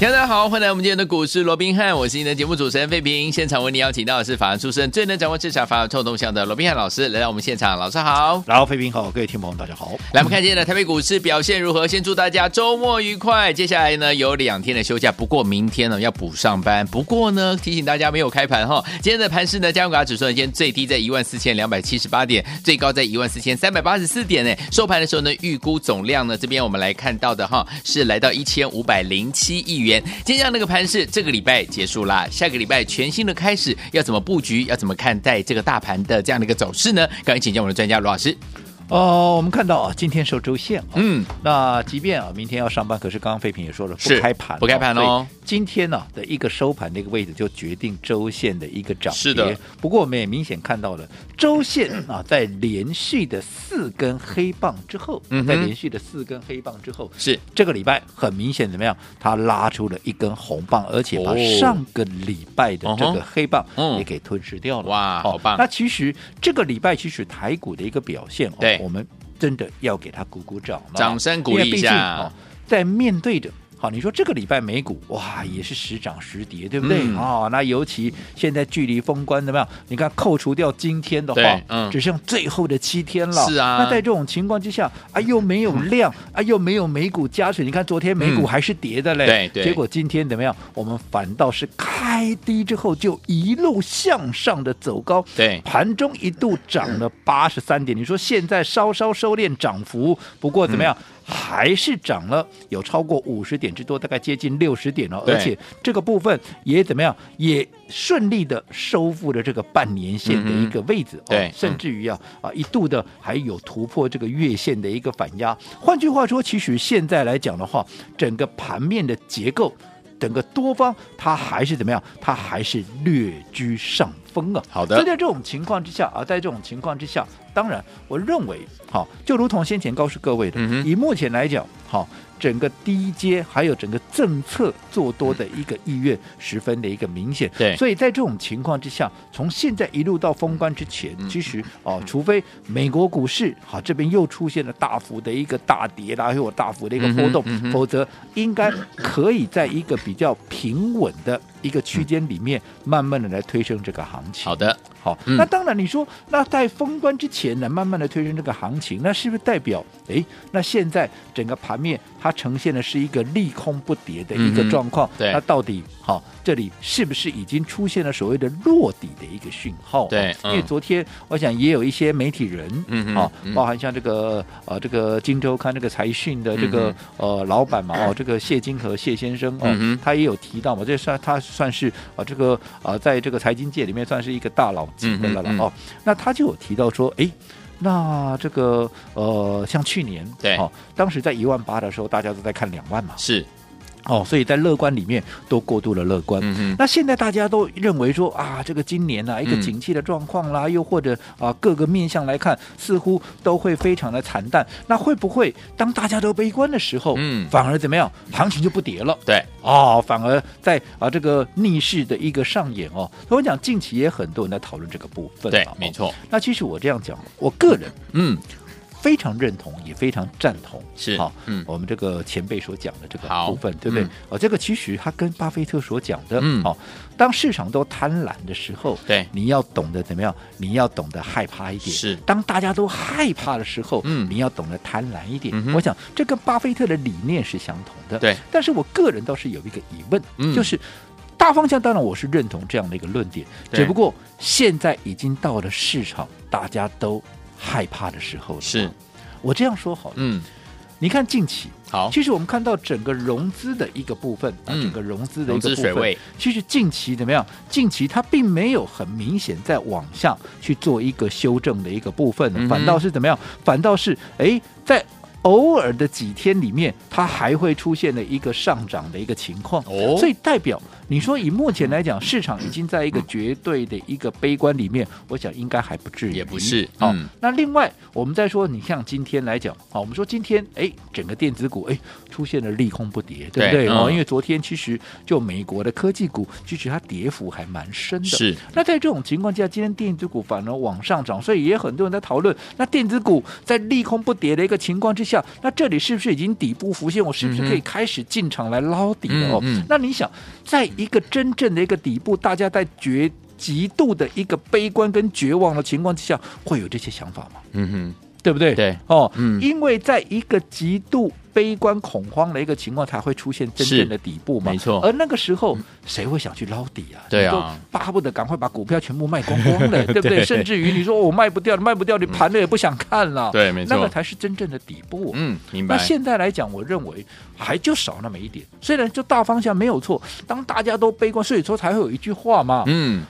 大家好，欢迎来我们今天的股市罗宾汉，我是你的节目主持人费平。现场为你邀请到的是法案出身、最能掌握市场法案臭动向的罗宾汉老师，来到我们现场，老师好。然后，飞平好，各位听众朋友，大家好。来，我们看今天的台北股市表现如何？先祝大家周末愉快。接下来呢，有两天的休假，不过明天呢要补上班。不过呢，提醒大家没有开盘哈。今天的盘市呢，加权股价指数呢，今天最低在14,278点，最高在14,384点呢。收盘的时候呢，预估总量呢，这边我们来看到的哈，是来到1,507亿元。今天这样的一个盘市，这个礼拜结束啦，下个礼拜全新的开始，要怎么布局？要怎么看待这个大盘的这样的一个走势呢？赶紧请教我们的专家罗老师。哦，我们看到啊，今天收周线啊，嗯，那即便啊，明天要上班，可是刚刚废品也说了，不是开盘、啊不开盘哦。所以今天呢、的一个收盘的一个位置，就决定周线的一个涨跌。是的。不过我们也明显看到了，周线啊，在连续的四根黑棒之后，嗯哼在连续的四根黑棒之后，是这个礼拜很明显怎么样？它拉出了一根红棒，而且把哦上个礼拜的这嗯个哼黑棒嗯也给吞噬掉了。哇哦啊好棒那其实这个礼拜其实台股的一个表现，哦对我们真的要给它鼓鼓掌了，哦掌声鼓励一下因为毕竟哦在面对着。好，你说这个礼拜美股哇也是时涨时跌，对不对？嗯哦，那尤其现在距离封关怎么样？你看扣除掉今天的话对，嗯只剩最后的七天了。是啊那在这种情况之下，啊又没有量，啊又没有美股加持，你看昨天美股嗯还是跌的嘞，对对结果今天怎么样？我们反倒是开低之后就一路向上的走高，对盘中一度涨了八十三点，你说现在稍稍收敛涨幅，不过怎么样？嗯还是涨了有超过五十点之多，大概接近六十点哦。对而且这个部分也怎么样，也顺利的收复了这个半年线的一个位置嗯哦，对甚至于啊啊一度的还有突破这个月线的一个反压。换句话说，其实现在来讲的话，整个盘面的结构。整个多方，它还是怎么样？它还是略居上风啊。好的所以在这种情况之下啊，在这种情况之下，当然，我认为好，就如同先前告诉各位的，嗯哼以目前来讲，好，整个低阶还有整个政策做多的一个意愿十分的一个明显。对所以在这种情况之下，从现在一路到封关之前，嗯其实哦，除非美国股市好这边又出现了大幅的一个大跌啦，又有大幅的一个波动，嗯哼嗯哼否则应该可以在一个比较平稳的一个区间里面，慢慢的来推升这个行情。好的，好，嗯那当然你说，那在封关之前呢，慢慢的推升这个行情，那是不是代表，诶，那现在整个盘面它呈现的是一个利空不跌的一个嗯哼状况？对那到底好，这里是不是已经出现了所谓的落底的一个讯号？对因为嗯昨天我想也有一些媒体人，嗯哼好嗯包含像这个呃这个金周刊这个财讯的这个嗯、呃老板嘛，哦，这个谢金河谢先生哦，嗯哼他也有提到嘛，这算他算是啊、呃这个啊、呃在这个财经界里面算是一个大佬级的了啦、嗯哼嗯哦。那他就有提到说，诶，那这个呃，像去年对哦，当时在一万八的时候，大家都在看两万嘛，是，哦，所以在乐观里面都过度了乐观。嗯哼，那现在大家都认为说啊，这个今年呢、啊、一个嗯景气的状况啦，又或者啊各个面向来看，似乎都会非常的惨淡。那会不会当大家都悲观的时候，嗯反而怎么样，行情就不跌了？对，哦，反而在啊这个逆势的一个上演哦。所以我讲近期也很多人在讨论这个部分、对啊，没。哦错，那其实我这样讲，我个人嗯，非常认同，也非常赞同，是好、嗯我们这个前辈所讲的这个好部分，对不对？嗯哦，这个其实他跟巴菲特所讲的，嗯好、当市场都贪婪的时候，对你要懂得怎么样？你要懂得害怕一点。是当大家都害怕的时候，嗯你要懂得贪婪一点。嗯哼我想这跟巴菲特的理念是相同的，对。但是我个人倒是有一个疑问，嗯就是。大方向当然我是认同这样的一个论点，对只不过现在已经到了市场大家都害怕的时候了。是，我这样说好了，嗯，你看近期，好，其实我们看到整个融资的一个部分，啊嗯整个融资的一融个资部水分，位，其实近期怎么样？近期它并没有很明显在往下去做一个修正的一个部分，嗯哼反倒是怎么样？反倒是哎，在偶尔的几天里面，它还会出现了一个上涨的一个情况。哦嗯所以代表你说以目前来讲，市场已经在一个绝对的一个悲观里面，我想应该还不至于，哦也不是好、嗯那另外我们再说，你像今天来讲，好，我们说今天哎，整个电子股哎出现了利空不跌，对不对对？哦、嗯因为昨天其实就美国的科技股，其实它跌幅还蛮深的。是，那在这种情况下，今天电子股反而往上涨，所以也很多人在讨论，那电子股在利空不跌的一个情况之下，那这里是不是已经底部浮现？我是不是可以开始进场来捞底了哦？嗯嗯嗯那你想，在一个真正的一个底部，大家在绝极度的一个悲观跟绝望的情况之下，会有这些想法吗？嗯对不对？对哦，嗯因为在一个极度悲观恐慌的一个情况，才会出现真是正的底部嘛，没错嗯而那个时候，谁会想去捞底啊？对啊你都巴不得赶快把股票全部卖光 光了，对不对？甚至于你说我哦卖不掉，卖不掉，你盘了也不想看了，嗯对没错那个才是真正的底部。哼，嗯，明那白。现在来讲，我认为还就少那么一点。虽然就大方向没有错，当大家都悲观，所以说才会有一句话嘛，嗯，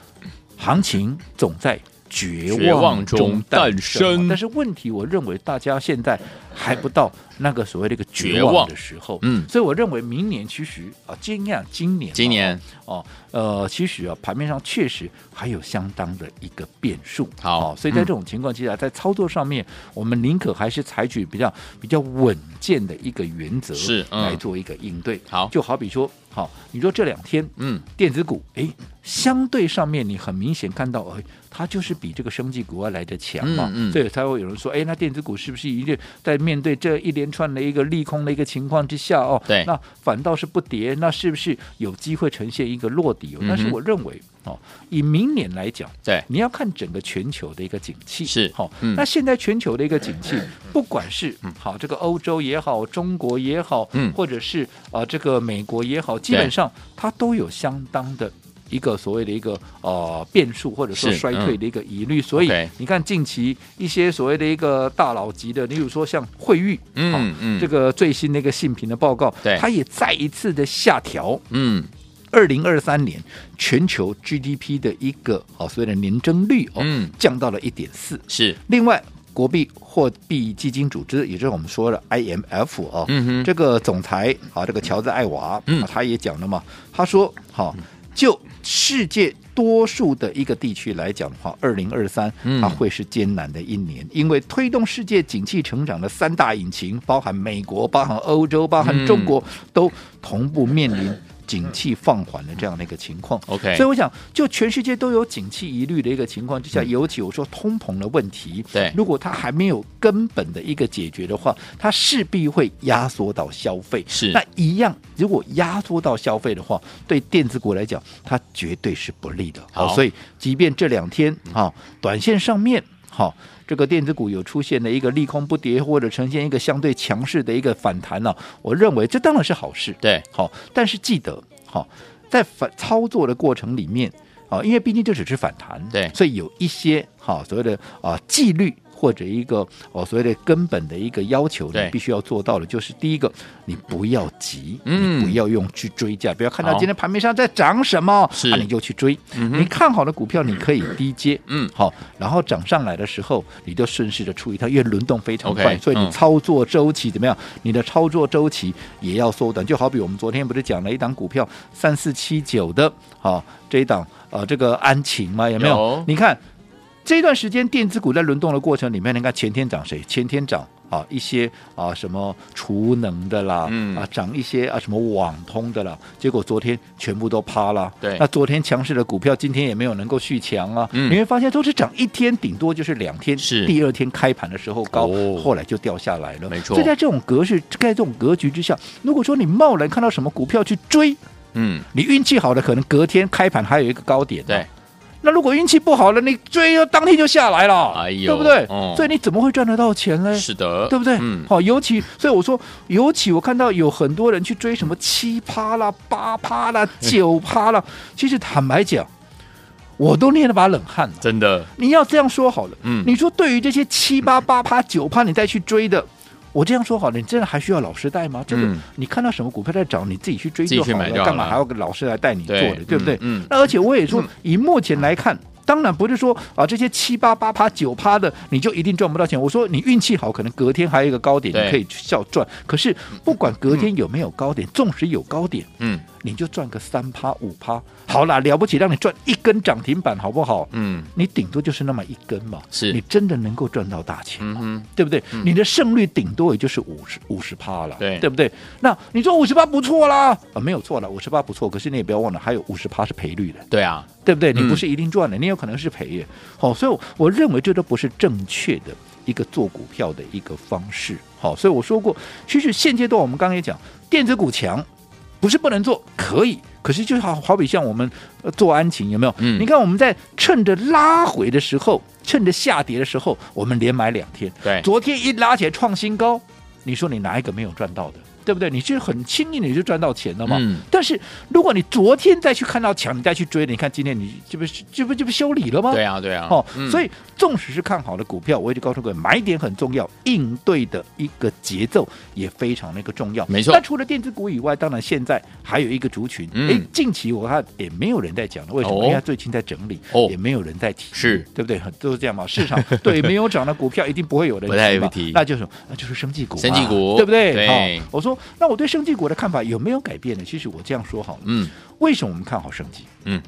行情总在绝绝望望中中诞诞生生。但是问题，我认为大家现在还不到那个所谓的一个绝绝望望的时候。嗯所以我认为明年其实啊，尽量今年吧今年哦，呃，其实啊，盘面上确实还有相当的一个变数。好哦所以在这种情况之下，在操作上面，我们宁可还是采取比较比较稳健的一个原则，是嗯来做一个应对。好就好比说，好，你说这两天，嗯，电子股，哎，相对上面你很明显看到，哎，它就是比这个生技股要啊来的强嘛，嗯嗯所以才会有人说，哎，那电子股是不是一定在面对这一连串的一个利空的一个情况之下哦，对那反倒是不跌，那是不是有机会呈现一个落底、哦？但嗯是哼我认为，哦，以明年来讲，对，你要看整个全球的一个景气是好、嗯那现在全球的一个景 气，不管是好这个欧洲也好，中国也好，嗯或者是啊、呃这个美国也好，基本上它都有相当的。一个所谓的一个呃变数或者说是嗯衰退的一个疑虑，所以 OK 你看近期一些所谓的一个大佬级的，例如说像惠誉，嗯好嗯这个最新的一个信评的报告对，它也再一次的下调，嗯，二零二三年全球 GDP 的一个哦，所谓的年增率哦，嗯降到了一点四。是，另外，国币货币基金组织，也就是我们说的 IMF 哦，嗯哼这个总裁啊，这个乔治艾娃，嗯啊他也讲了嘛，他说，好、就世界。多数的一个地区来讲的话，二零二三嗯它会是艰难的一年，因为推动世界景气成长的三大引擎，包含美国、包含欧洲、包含嗯中国，都同步面临景气放缓的这样的一个情况。 OK 所以我想，就全世界都有景气疑虑的一个情况之下，尤其我说通膨的问题，嗯对如果它还没有根本的一个解决的话，它势必会压缩到消费。是那一样，如果压缩到消费的话，对电子股来讲，它绝对是不利的。好嗯所以即便这两天啊、短线上面好、这个电子股有出现了一个利空不跌，或者呈现一个相对强势的一个反弹呢、我认为这当然是好事。对，好，但是记得，好，在反操作的过程里面，啊，因为毕竟这只是反弹，对所以有一些哈所谓的啊纪律。或者一个哦，所谓的根本的一个要求，你对必须要做到的，就是第一个，你不要急，嗯你不要用去追价，不要看到好今天盘面上在涨什么，是啊、你就去追。你看好的股票，你可以低接，嗯好，然后涨上来的时候，你就顺势的出一趟，因为轮动非常 OK，快所以你嗯操作周期怎么样？你的操作周期也要缩短。就好比我们昨天不是讲了一档股票三四七九的，好、这一档呃这个安晴嘛，有没有？有你看这段时间电子股在轮动的过程里面，你看前天涨谁？前天涨。啊，一些啊什么储能的啦，嗯啊涨一些啊什么网通的啦，结果昨天全部都趴了。对那昨天强势的股票今天也没有能够续强啊，嗯你会发现都是涨一天，顶多就是两天，是第二天开盘的时候高，哦后来就掉下来了。没错所以在这种格式，在这种格局之下，如果说你贸然看到什么股票去追，嗯，你运气好的可能隔天开盘还有一个高点、对。，那如果运气不好了，你追了当天就下来了，哎呦对不对？哦所以你怎么会赚得到钱呢？是的，对不对？嗯，好、尤其所以我说，尤其我看到有很多人去追什么七趴啦、八趴啦、九趴啦，其实坦白讲，我都捏了把冷汗了。真的，你要这样说好了，嗯你说对于这些七八八趴九趴，你再去追的。我这样说好了，你真的还需要老师带吗？这个嗯你看到什么股票在涨，你自己去追自己就去好买了，就好干了嘛还要个老师来带你做对的，对不对？嗯嗯那而且我也说，以目前来看，当然不是说啊这些七八八趴九趴的你就一定赚不到钱。我说你运气好，可能隔天还有一个高点，对你可以去笑赚。可是不管隔天有没有高点，纵使有高点，嗯你就赚个三趴五趴，好啦，了不起，让你赚一根涨停板，好不好？嗯你顶多就是那么一根嘛，是你真的能够赚到大嗯钱吗？哼，对不对？你的胜率顶多也就是五十五十趴了，对对不对？那你说五十趴不错啦，啊，没有错了，五十趴不错，可是你也不要忘了，还有五十趴是赔率的，对啊，对不对？你嗯不是一定赚的，你有可能是赔的。好、所以我我认为这都不是正确的一个做股票的一个方式。好、所以我说过，其实现阶段我们刚刚也讲，电子股强不是不能做，可以。可是就好好比像我们呃做安晴有没有？嗯你看我们在趁着拉回的时候，趁着下跌的时候，我们连买两天。对昨天一拉起来创新高，你说你哪一个没有赚到的？对不对？你是很轻易你就赚到钱了嘛？嗯但是如果你昨天再去看到强，你再去追，你看今天你这不是这不这不修理了吗？对啊，对啊，哦，嗯所以纵使是看好的股票，我一直告诉各位，买点很重要，应对的一个节奏也非常的一个重要。没错那除了电子股以外，当然现在还有一个族群，嗯哎、近期我看也没有人在讲了，为什么？哦因为它最近在整理，哦也没有人在提，是对不对？很都是这样嘛，市场对没有涨的股票一定不会有人不太提嘛会提那就是那就是生技股嘛，生技股对不对？对好我说那我对生技股的看法有没有改变呢？其实我这样说好了，嗯，为什么我们看好生技？嗯，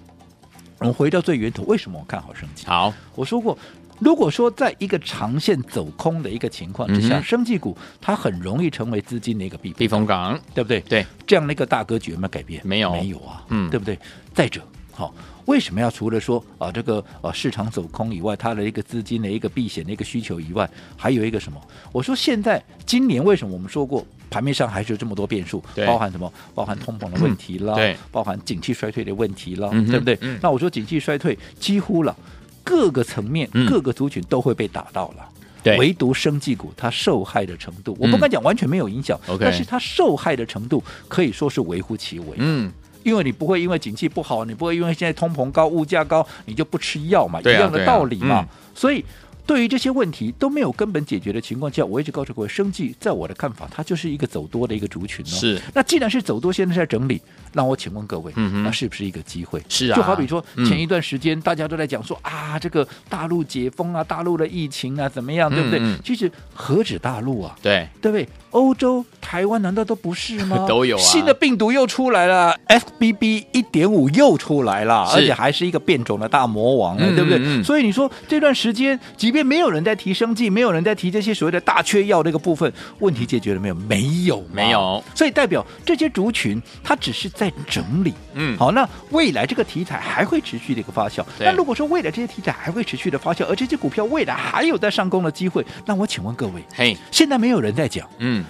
我们回到最源头，为什么我看好生技？好，我说过，如果说在一个长线走空的一个情况之下，嗯哼生技股它很容易成为资金的一个避避风，风港，对不对？对，这样的一个大格局有没有改变？没有没有啊，嗯对不对？再者，好、为什么要除了说啊这个啊市场走空以外，它的一个资金的一个避险的一个需求以外，还有一个什么？我说现在今年为什么我们说过盘面上还是有这么多变数对，包含什么？包含通膨的问题啦，对，包含景气衰退的问题啦，嗯哼对不对？嗯那我说景气衰退几乎了。各个层面、嗯各个族群都会被打到了，对唯独生技股它受害的程度，我不嗯敢讲完全没有影响， OK 但是它受害的程度可以说是微乎其微。嗯，因为你不会因为景气不好，你不会因为现在通膨高、物价高，你就不吃药嘛，对啊一样对的啊道理嘛。嗯所以对于这些问题都没有根本解决的情况下，我一直告诉各位，生计在我的看法，它就是一个走多的一个族群、哦。是那既然是走多，现在在整理，那我请问各位，嗯哼那是不是一个机会？是啊就好比说嗯前一段时间大家都在讲说、啊，这个大陆解封啊，大陆的疫情啊怎么样，对不对？嗯嗯其实何止大陆啊，对，？对不对？欧洲、台湾难道都不是吗 都有啊新的病毒又出来了，XBB 一点五又出来了，是而且还是一个变种的大魔王了，嗯对不对？嗯嗯所以你说这段时间，即便没有人在提生计，没有人在提这些所谓的大缺药这个部分，问题解决了没有？没有嘛，没有所以代表这些族群，它只是在整理。嗯好，那未来这个题材还会持续的一个发酵。对那如果说未来这些题材还会持续的发酵，而这些股票未来还有在上攻的机会，那我请问各位，嘿，现在没有人在讲，嗯，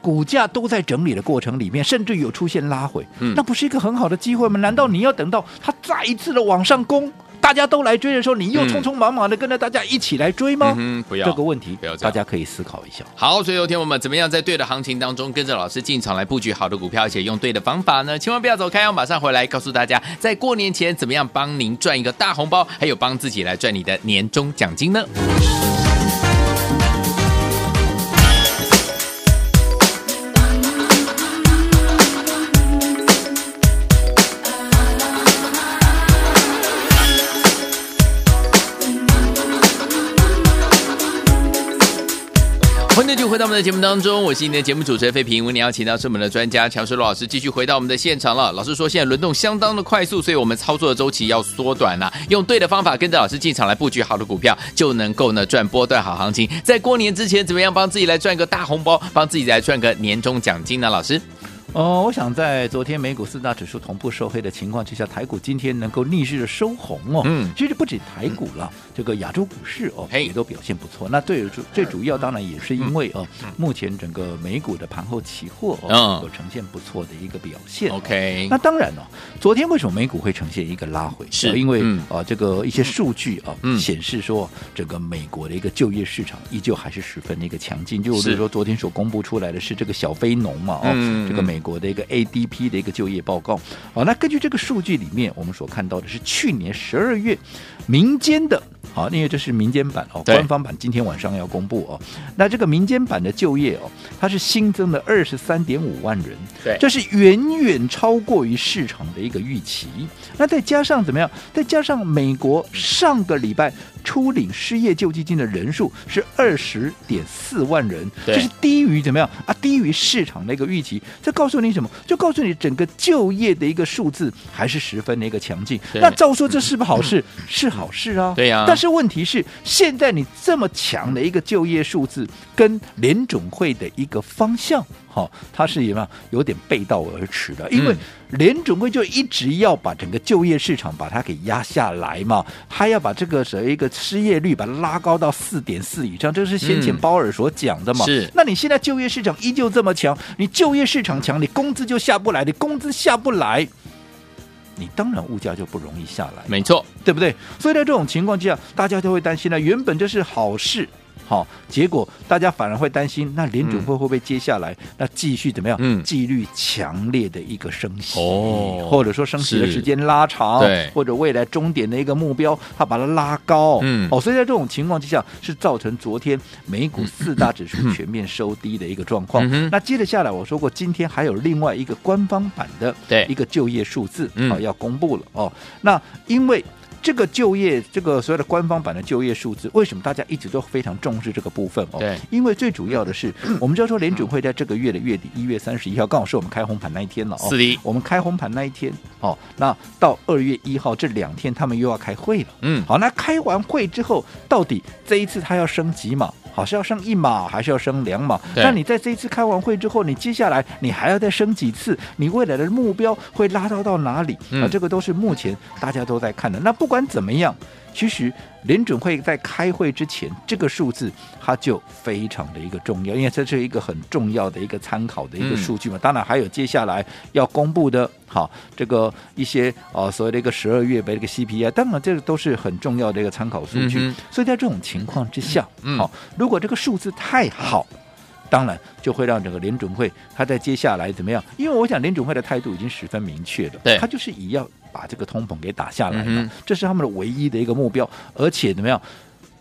股价都在整理的过程里面，甚至有出现拉回，嗯那不是一个很好的机会吗？难道你要等到它再一次的往上攻，大家都来追的时候，你又嗯匆匆忙忙的跟着大家一起来追吗？嗯哼，不要这个问题不要这大样家可以思考一下。好，所以有天我们怎么样在对的行情当中跟着老师进场来布局好的股票，而且用对的方法呢？千万不要走开哦，马上回来告诉大家，在过年前怎么样帮您赚一个大红包，还有帮自己来赚你的年终奖金呢？欢迎继续回到我们的节目当中，我是你的节目主持人费平。为你邀请到是我们的专家强水罗老师，继续回到我们的现场了。老师说现在轮动相当的快速，所以我们操作的周期要缩短了、用对的方法跟着老师进场来布局好的股票，就能够呢赚波段好行情。在过年之前，怎么样帮自己来赚个大红包，帮自己来赚个年终奖金呢？老师，呃，我想在昨天美股四大指数同步收黑的情况之下，台股今天能够逆势的收红哦。嗯其实不止台股了，这个亚洲股市哦嘿也都表现不错。那最主最主要当然也是因为哦，目前整个美股的盘后期货哦嗯有呈现不错的一个表现。 OK，那当然了、昨天为什么美股会呈现一个拉回？是呃因为啊、嗯呃这个一些数据啊、嗯显示说，整个美国的一个就业市场依旧还是十分的一个强劲。就是是说，昨天所公布出来的是这个小非农嘛，哦，嗯这个美国的一个 ADP 的一个就业报告。哦好、那根据这个数据里面，我们所看到的是去年十二月民间的。好，因为这是民间版哦，对官方版今天晚上要公布哦。那这个民间版的就业哦，它是新增了二十三点五万人，对这是远远超过于市场的一个预期。那再加上怎么样？再加上美国上个礼拜出领失业救济金的人数是二十点四万人，对这是低于怎么样啊？低于市场的一个预期。这告诉你什么？就告诉你整个就业的一个数字还是十分的一个强劲。对嗯那照说这是不是好事？是好事啊。对呀但是问题是，现在你这么强的一个就业数字，跟联总会的一个方向，哈、它是有没有有点背道而驰的？因为嗯联总会就一直要把整个就业市场把它给压下来嘛，他要把这个所谓一个失业率把它拉高到四点四以上，这是先前嗯鲍尔所讲的嘛。是那你现在就业市场依旧这么强，你就业市场强，你工资就下不来，你工资下不来，你当然物价就不容易下来。没错，对不对？所以在这种情况之下，大家就会担心了。原本这是好事。好，结果大家反而会担心，那联准会会不会接下来、那继续怎么样？嗯纪律强烈的一个升息，哦或者说升息的是时间拉长，对或者未来终点的一个目标，它把它拉高，嗯哦，所以在这种情况之下，是造成昨天美股四大指数全面收低的一个状况。嗯哼那接着下来，我说过，今天还有另外一个官方版的对一个就业数字，哎嗯好、要公布了哦。那因为这个就业，这个所谓的官方版的就业数字，为什么大家一直都非常重视这个部分哦？对因为最主要 的是，我们知道说联准会在这个月的月底一月三十一号，刚好是我们开红盘那一天了哦。四的，我们开红盘那一天哦，那到二月一号这两天，他们又要开会了。嗯，好，那开完会之后，到底这一次他要升几码？好是要升一码，还是要升两码？对那你在这一次开完会之后，你接下来你还要再升几次？你未来的目标会拉到到哪里？嗯啊，这个都是目前大家都在看的。那不管怎么样，其实联准会在开会之前，这个数字它就非常的一个重要，因为这是一个很重要的一个参考的一个嗯数据嘛。当然还有接下来要公布的，好这个一些呃所谓的一个十二月的一个 CPI，当然这个都是很重要的一个参考数据。嗯所以在这种情况之下，嗯好、如果这个数字太好。当然，就会让整个联准会，它在接下来怎么样？因为我想联准会的态度已经十分明确了，对它就是以要把这个通膨给打下来嘛，嗯哼这是他们的唯一的一个目标。而且怎么样，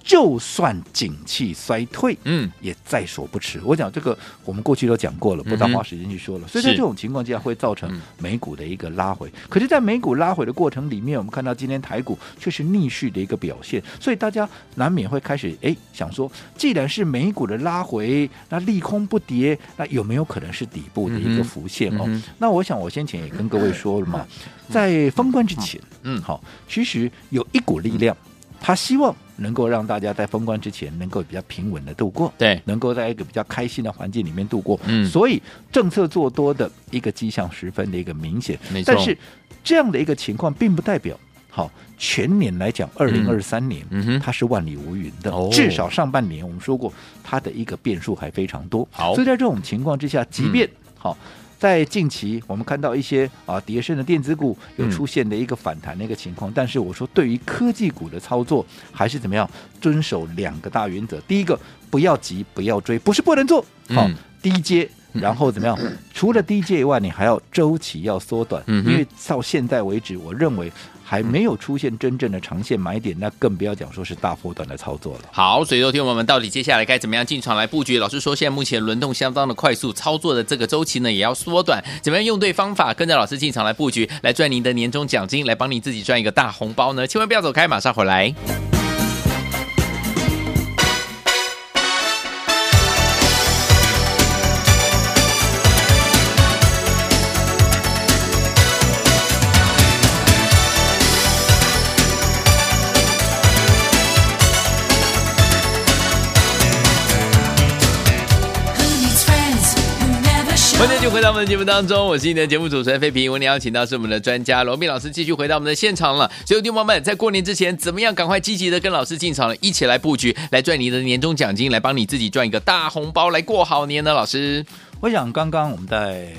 就算景气衰退，嗯，也在所不迟。我讲这个，我们过去都讲过了，不大嗯哼花时间去说了。所以在是这种情况之下，会造成嗯美股的一个拉回。可是，在美股拉回的过程里面，我们看到今天台股却是逆势的一个表现，所以大家难免会开始哎想说，既然是美股的拉回，那利空不跌，那有没有可能是底部的一嗯哼个浮现哦？嗯哼那我想我先前也跟各位说了嘛，在封关之前，嗯好，其实有一股力量，他希望能够让大家在封关之前能够比较平稳的度过，对，能够在一个比较开心的环境里面度过。嗯所以政策做多的一个迹象十分的一个明显没，错但是这样的一个情况并不代表。好，全年来讲，二零二三年、嗯哼它是万里无云的，哦至少上半年我们说过，它的一个变数还非常多。好嗯所以在这种情况之下，即便好、在近期我们看到一些啊跌升的电子股有嗯出现的一个反弹的一个情况，但是我说对于科技股的操作还是怎么样，遵守两个大原则：第一个，不要急，不要追，不是不能做，好、嗯低阶。然后怎 么样？除了低阶以外，你还要周期要缩短，嗯哼因为到现在为止，我认为还没有出现真正的长线买点，那更不要讲说是大波段的操作了。好，所以说听我们到底接下来该怎么样进场来布局？老师说，现在目前轮动相当的快速，操作的这个周期呢也要缩短，怎么样用对方法，跟着老师进场来布局，来赚您的年终奖金，来帮你自己赚一个大红包呢？千万不要走开，马上回来。 Who needs friends who never show? 欢迎继续回到我们的节目当中，我是你的节目主持人费平。我们邀请到是我们的专家罗密老师，继续回到我们的现场了。所有听众朋友们，在过年之前，怎么样赶快积极的跟老师进场了，一起来布局，来赚你的年终奖金，来帮你自己赚一个大红包，来过好年呢？老师我想刚刚我们在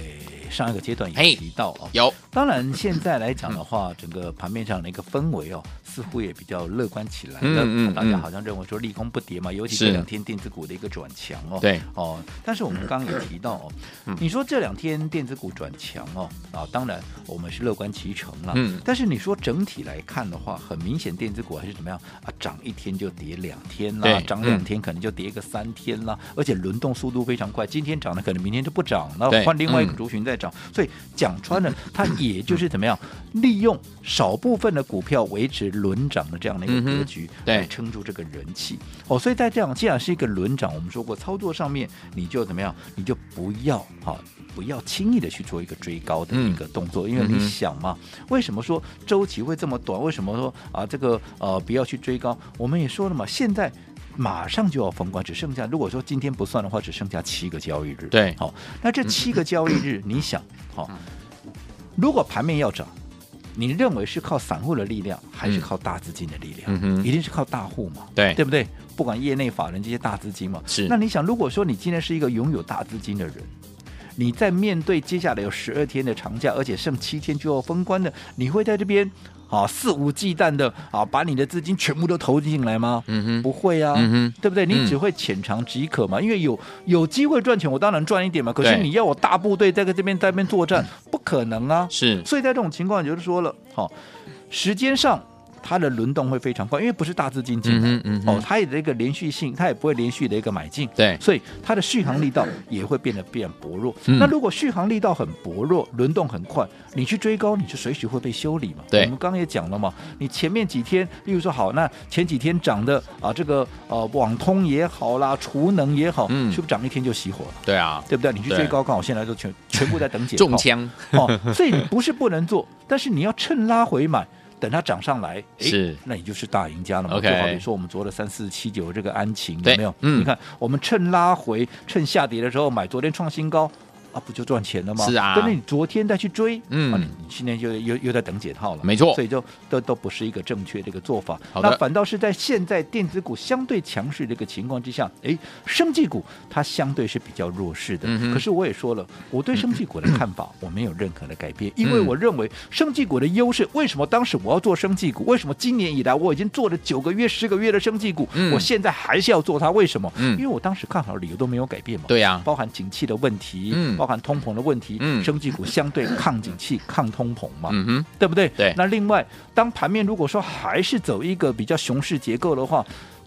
上一个阶段也嘿提到啊，有当然，现在来讲 的话，整个盘面上的一个氛围哦，似乎也比较乐观起来了。啊嗯嗯嗯大家好像认为说利空不跌嘛，尤其是这两天电子股的一个转强哦。对嗯哦，但是我们刚刚也提到哦，你说这两天电子股转强哦，啊，当然我们是乐观其成了。嗯但是你说整体来看的话，很明显电子股还是怎么样啊？涨一天就跌两天啦对，涨嗯两天可能就跌个三天啦，而且轮动速度非常快，今天涨了可能明天就不涨了对，换另外一个嗯族群在涨，所以讲穿 了，它也就是怎么样，利用少部分的股票维持轮涨的这样的一个嗯哼格局，对来撑住这个人气。哦，所以在这样既然是一个轮涨，我们说过操作上面你就怎么样，你就不要哈、不要轻易的去做一个追高的嗯一个动作，因为你嗯哼想嘛，为什么说周期会这么短？为什么说啊这个呃不要去追高？我们也说了嘛，现在。马上就要封关，只剩下如果说今天不算的话，只剩下七个交易日。对嗯好、那这七个交易日，你想，好、如果盘面要涨，你认为是靠散户的力量，还是嗯靠大资金的力量？嗯哼一定是靠大户嘛，对对不对？不管业内法人这些大资金嘛，是那你想，如果说你今天是一个拥有大资金的人，你在面对接下来有十二天的长假，而且剩七天就要封关了，你会在这边啊肆无忌惮的啊把你的资金全部都投进来吗？嗯哼不会啊，嗯哼对不对？嗯你只会浅尝即可嘛，因为有有机会赚钱，我当然赚一点嘛。可是对你要我大部队在这边在那边 作战，不可能啊。是所以在这种情况，也就是说了，好、时间上它的轮动会非常快，因为不是大资金进来，嗯哼嗯哼哦，它的一个连续性，它也不会连续的一个买进，对所以它的续航力道也会变得变薄弱。嗯那如果续航力道很薄弱，轮动很快，你去追高，你就随时会被修理嘛。对我们刚刚也讲了嘛，你前面几天，例如说好，那前几天涨的啊，这个呃网通也好啦，储能也好，嗯是不是涨一天就熄火了？对啊，对不对？你去对追高，刚好现在都全全部在等解中套枪 哦，所以你不是不能做，但是你要趁拉回买。等它涨上来，诶是那你就是大赢家了嘛 OK 就好比说我们昨的三四七九这个安晴对有没有？嗯你看我们趁拉回、趁下跌的时候买，昨天创新高啊，不就赚钱了吗？是啊但是你昨天再去追，嗯啊你你今天就又又在等解套了，没错所以就都都不是一个正确的一个做法。好的那反倒是在现在电子股相对强势的一个情况之下，诶，生技股它相对是比较弱势的。嗯哼可是我也说了，我对生技股的看法我没有任何的改变，嗯因为我认为生技股的优势，为什么当时我要做生技股？为什么今年以来我已经做了九个月、十个月的生技股，嗯我现在还是要做它？为什么？嗯因为我当时看好的理由都没有改变嘛。对啊，包含景气的问题，嗯包含通膨的问题，嗯生技股相对抗景气、抗通膨嘛，嗯哼，对不对？对那另外，当盘面如果说还是走一个比较熊市结构的话，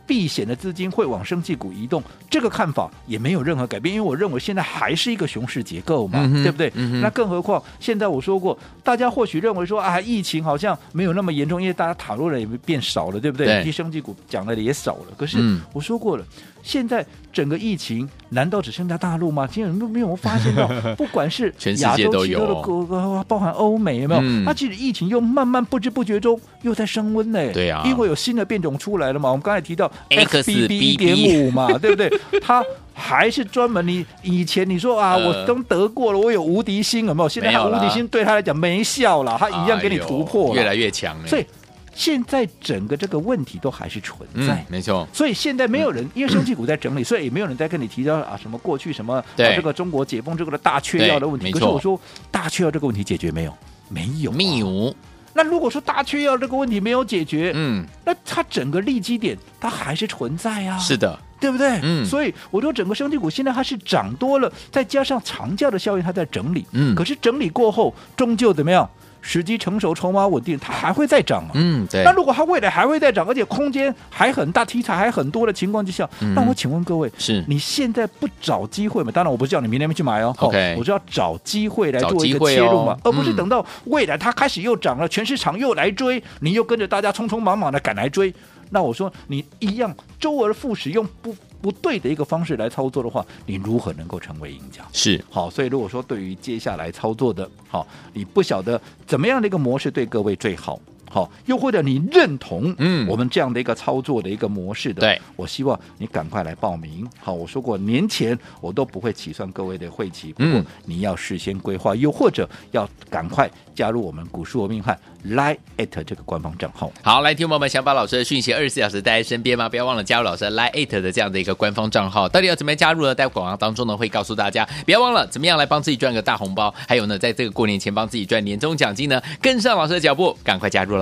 避险的资金会往生技股移动，这个看法也没有任何改变，因为我认为现在还是一个熊市结构嘛，嗯哼对不对？嗯哼那更何况现在我说过，大家或许认为说啊，疫情好像没有那么严重，因为大家讨论的也变少了，对不对？对其实生技股讲的也少了，可是嗯我说过了。现在整个疫情难道只剩下大陆吗？今天有没有 发现到，不管是全世亚界洲都其有他的哦国呃，包含欧美有没有？嗯它其实疫情又慢慢不知不觉中又在升温呢。对啊因为有新的变种出来了嘛。我们刚才提到 XBB 一点 五嘛，对不对？它还是专门你以前你说啊，呃我都得过了，我有无敌心有没有？现在没它有无啦敌心对他来讲没效了，他一样给你哎呦突破了。越来越强哎，所以现在整个这个问题都还是存在。嗯，没错，所以现在没有嗯人，因为生技股在整理，所以也没有人在跟你提到啊什么过去什么啊对这个中国解封这个的大缺药的问对没题。可错是我说大缺药这个问题解决没有？没有、啊密。武，那如果说大缺药这个问题没有解决，嗯，那它整个利基点它还是存在啊。是的，对不对？嗯所以我说整个生技股现在它是涨多了，再加上长假的效应，它在整理。嗯可是整理过后，终究怎么样？时机成熟，筹码稳定，它还会再涨啊。嗯，对那，如果它未来还会再涨，而且空间还很大，题材还很多的情况之下，嗯那我请问各位，是你现在不找机会嘛？当然，我不是叫你明天去买哦 OK 哦我是要找机会来做一找机个会切哦入嘛，而不是嗯等到未来它开始又涨了，全市场又来追，你又跟着大家匆匆忙忙的赶来追。那我说你一样周而复始，用不不对的一个方式来操作的话，你如何能够成为赢家？是，好，所以如果说对于接下来操作的，好，你不晓得怎么样的一个模式对各位最好。好，又或者你认同嗯我们这样的一个操作的一个模式的，对，我希望你赶快来报名。好，我说过年前我都不会起算各位的会期，不过嗯你要事先规划，又或者要赶快加入我们股市罗命汉 Line at 这个官方账号。好，来，听众朋友们想把老师的讯息二十四小时带在身边吗？不要忘了加入老师的 Line 的这样的一个官方账号。到底要怎么样加入呢？在广告当中呢会告诉大家。不要忘了怎么样来帮自己赚个大红包，还有呢，在这个过年前帮自己赚年终奖金呢，跟上老师的脚步，赶快加入啦！